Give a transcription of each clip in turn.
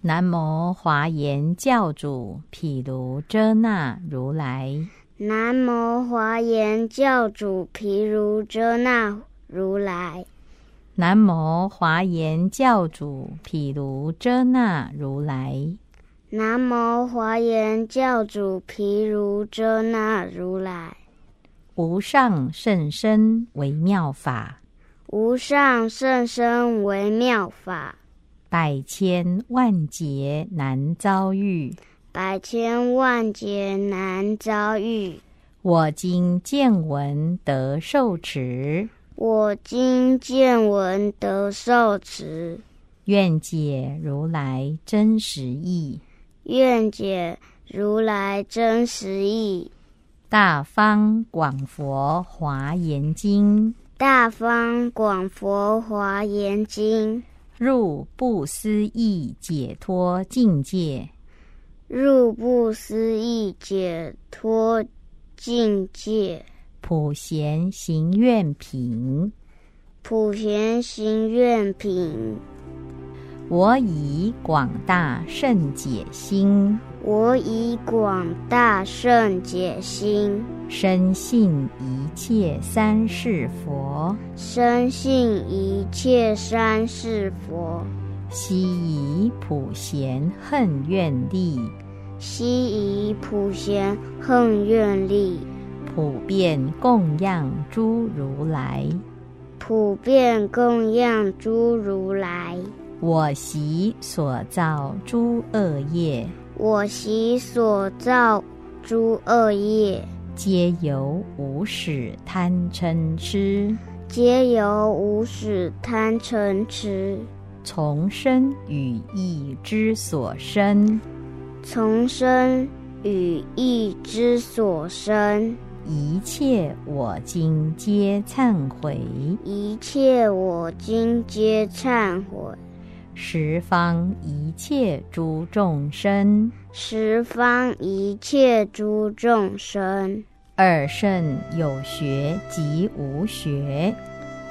南无华严教主毗卢遮那如来，南无华严教主毗卢遮那如来，南无华严教主毗卢遮那如来。南无华严教主毗卢遮那如来，无上甚深微妙法，无上甚深微妙法，百千万劫难遭遇。百千万劫难遭遇。我今见闻得受持，我今见闻得受持，愿解如来真实义。愿解如来真实义。大方广佛华严经，大方广佛华严经，入不思议解脱境界。入不思议解脱境界。普贤行愿品，普贤行愿品。我以广大甚解心，我以广大圣解心，深信一切三世佛，深信一切三世佛，悉以普贤恨愿力，悉以普贤恨愿力，普遍供养诸如来。普遍供养诸如来。我习所造诸恶业，我习所造诸恶业，皆由无始贪嗔痴，皆由无始贪嗔痴，从身与意之所生，从生与意之所生。一切我今皆忏悔。一切我今皆忏悔。十方一切诸众生，十方一切诸众生，二圣有学及无学，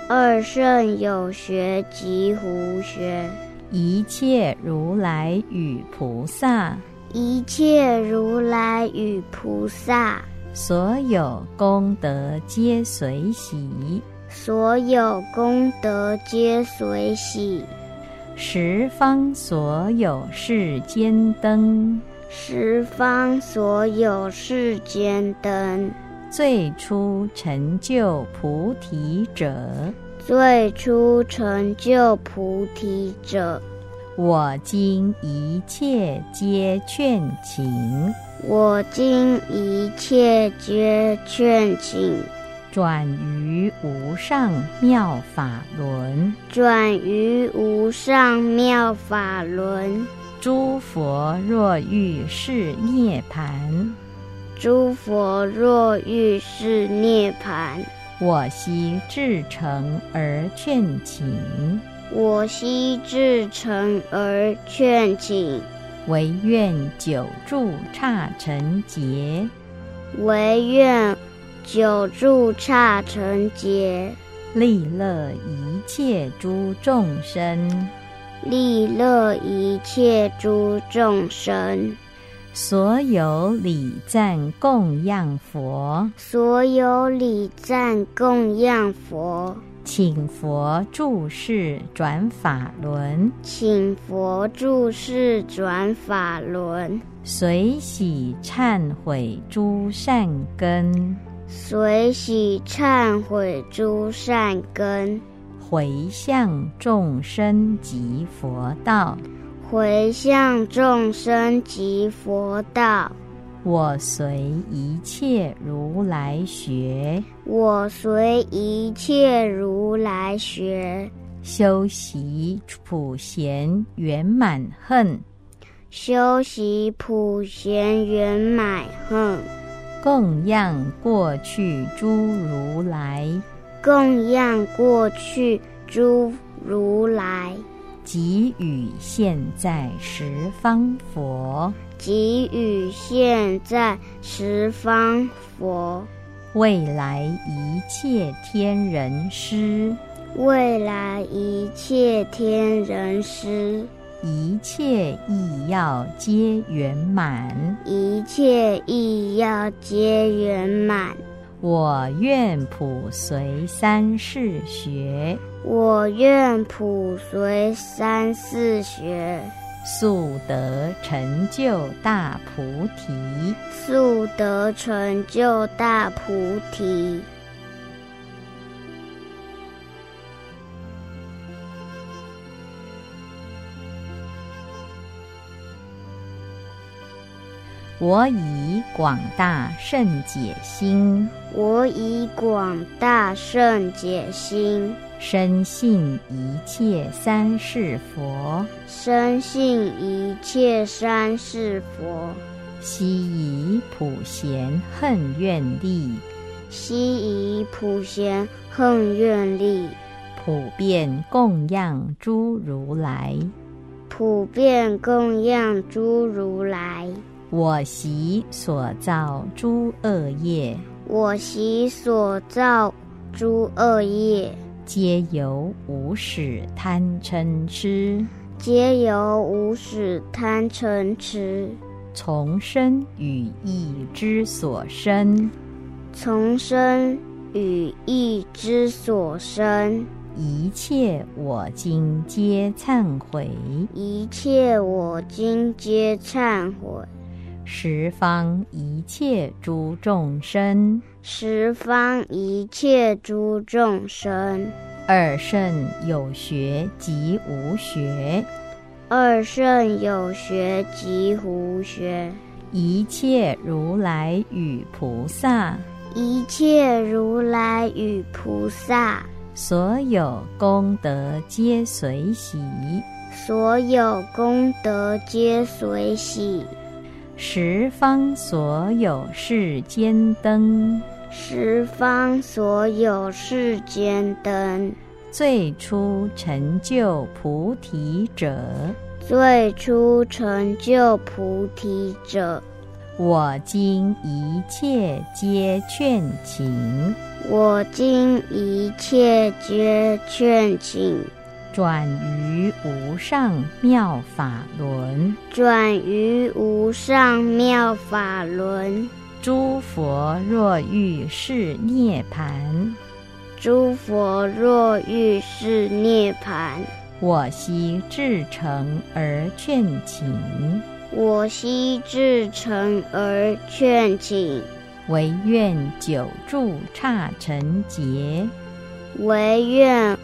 二圣有学及无学，一切如来与菩萨，一切如来与菩萨，所有功德皆随喜。所有功德皆随喜。十方所有世间灯，十方所有世间灯，最初成就菩提者，最初成就菩提者。我今一切皆劝请，我今一切皆劝请，转于无上妙法轮。转于无上妙法轮。诸佛若遇是涅盘，诸佛若遇是涅盘，我悉至诚而劝请，我悉至诚而劝请，唯愿久住刹尘劫，唯愿久住刹尘劫，利乐一切诸众生。利乐一切诸众生。所有礼赞供养佛，所有礼赞供养佛，请佛注释转法轮，请佛注释转法轮，随喜忏悔诸善根，随喜忏悔诸善根，回向众生及佛道。回向众生及佛道。我随一切如来学，我随一切如来学，修习普贤圆满恨，修习普贤圆满恨，供养过去诸如来供养过去诸如来，及与现在十方佛，给予现在十方佛，未来一切天人师，未来一切天人师，一切意要皆圆满。一切意要皆圆满。我愿普随三世学，我愿普随三世学，速得成就大菩提。速得成就大菩提。我以广大甚解心，我以广大圣解心，深信一切三世佛，深信一切三世佛，悉以普贤恨愿力，悉以普贤恨愿力，普遍供养诸如来。普遍供养诸如来。我习所造诸恶业，我习所造诸恶业，皆由无始贪嗔痴，皆由无始贪嗔痴，从身与意之所生，从生与意之所生。一切我今皆忏悔。一切我今皆忏悔，十方一切诸众生，十方一切诸众生，二圣有学及无学，二圣有学及胡学，一切如来与菩萨，一切如来与菩萨，所有功德皆随喜。所有功德皆随喜。十方所有世间灯，十方所有世间灯，最初成就菩提者，最初成就菩提者。我今一切皆劝请，我今一切皆劝请，转于无上妙法轮。转于无上妙法轮。诸佛若遇是涅盘，诸佛若遇是涅盘，我悉至诚而劝请，我悉至诚而劝请，唯愿久住刹尘劫，唯愿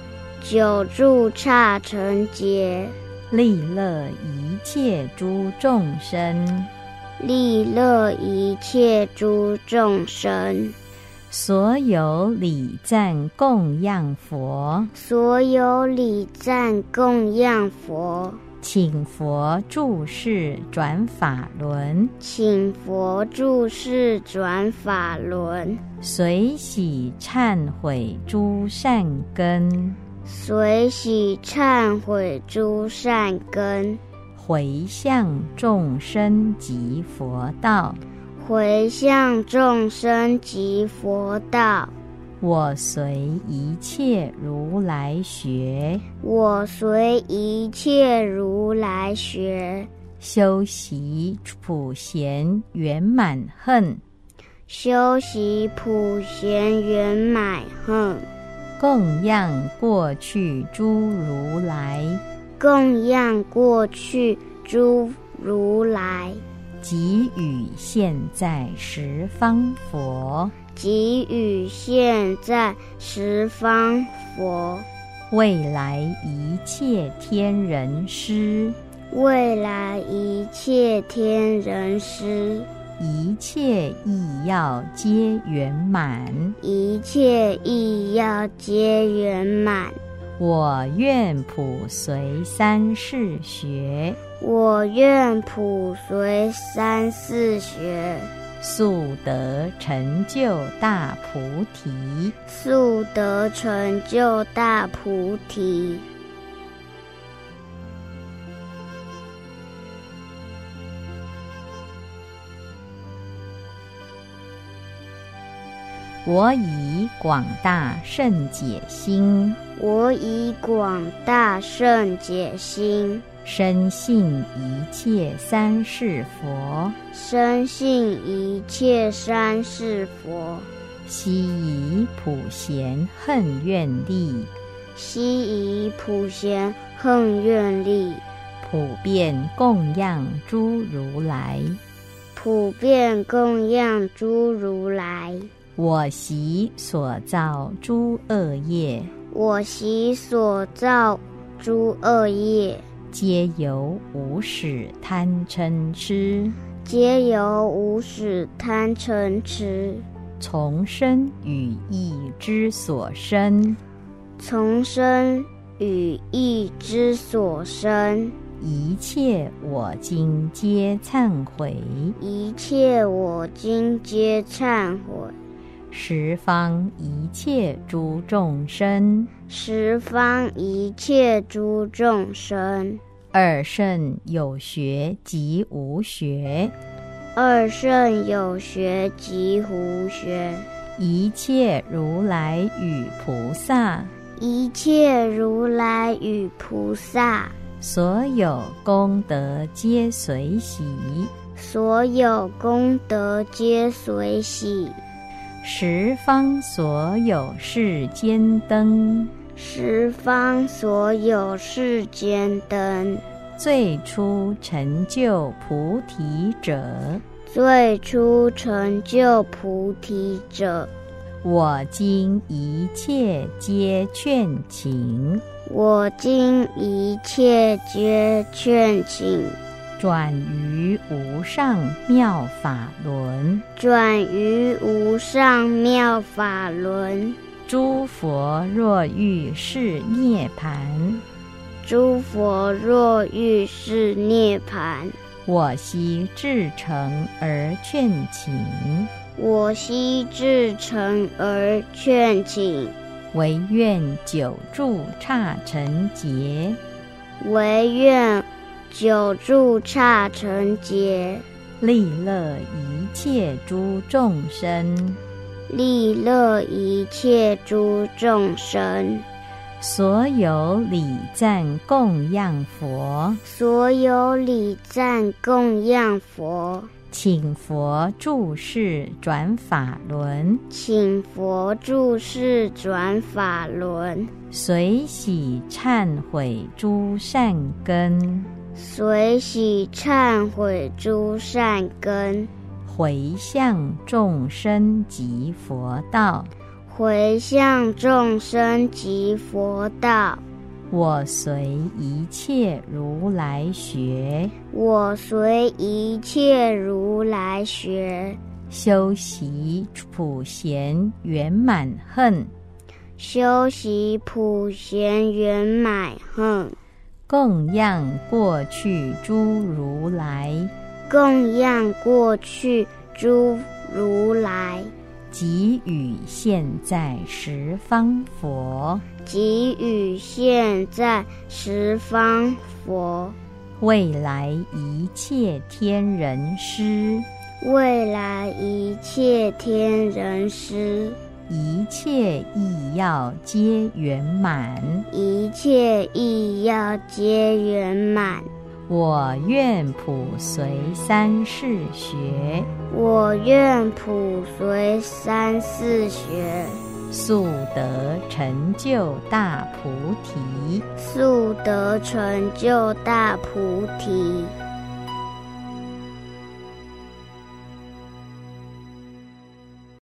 久住刹尘劫，利乐一切诸众生。利乐一切诸众生。所有礼赞供养佛，所有礼赞供养佛，请佛注释转法轮，请佛注释转法轮，随喜忏悔诸善根，随喜忏悔诸善根，回向众生及佛道。回向众生及佛道。我随一切如来学，我随一切如来学，修习普贤圆满恨，修习普贤圆满恨，供养过去诸如来，供养过去诸如来。给予现在十方佛。给予现在十方佛，未来一切天人师，未来一切天人师，一切意要皆圆满。一切意要皆圆满。我愿普随三世学，我愿普随三世学，速得成就大菩提。速得成就大菩提。我以广大圣解心，我以广大圣解心，深信一切三世佛，深信一切三世佛，悉以普贤恨愿力，悉以普贤恨愿力，普遍供养诸如来。普遍供养诸如来。我习所造诸恶业，我习所造诸恶业，皆由无始贪嗔痴，皆由无始贪嗔痴，从身与意之所生，从生与意之所生。一切我今皆忏悔。一切我今皆忏悔，十方一切诸众生，十方一切诸众生。二圣有学及无学，二圣有学及胡学，一切如来与菩萨，一切如来与菩萨，所有功德皆随喜。所有功德皆随喜。十方所有世间灯，十方所有世间灯，最初成就菩提者，最初成就菩提者。我今一切皆劝请，我今一切皆劝请，转于无上妙法轮。转于无上妙法轮。诸佛若遇是涅盘，诸佛若遇是涅盘，我悉至诚而劝请，我悉至诚而劝请，唯愿久住刹尘劫，唯愿久住刹尘劫，利乐一切诸众生。利乐一切诸众生。所有礼赞供养佛，所有礼赞供养佛，请佛注释转法轮，请佛注释转法轮，随喜忏悔诸善根，随喜忏悔诸善根，回向众生及佛道。回向众生及佛道。我随一切如来学，我随一切如来学，修习普贤圆满恨，修习普贤圆满恨，供养过去诸如来，供养过去诸如来。给予现在十方佛。给予现在十方佛，未来一切天人师，未来一切天人师，一切意要皆圆满。一切意要皆圆满。我愿普随三世学，我愿普随三世学，速得成就大菩提。速得成就大菩提。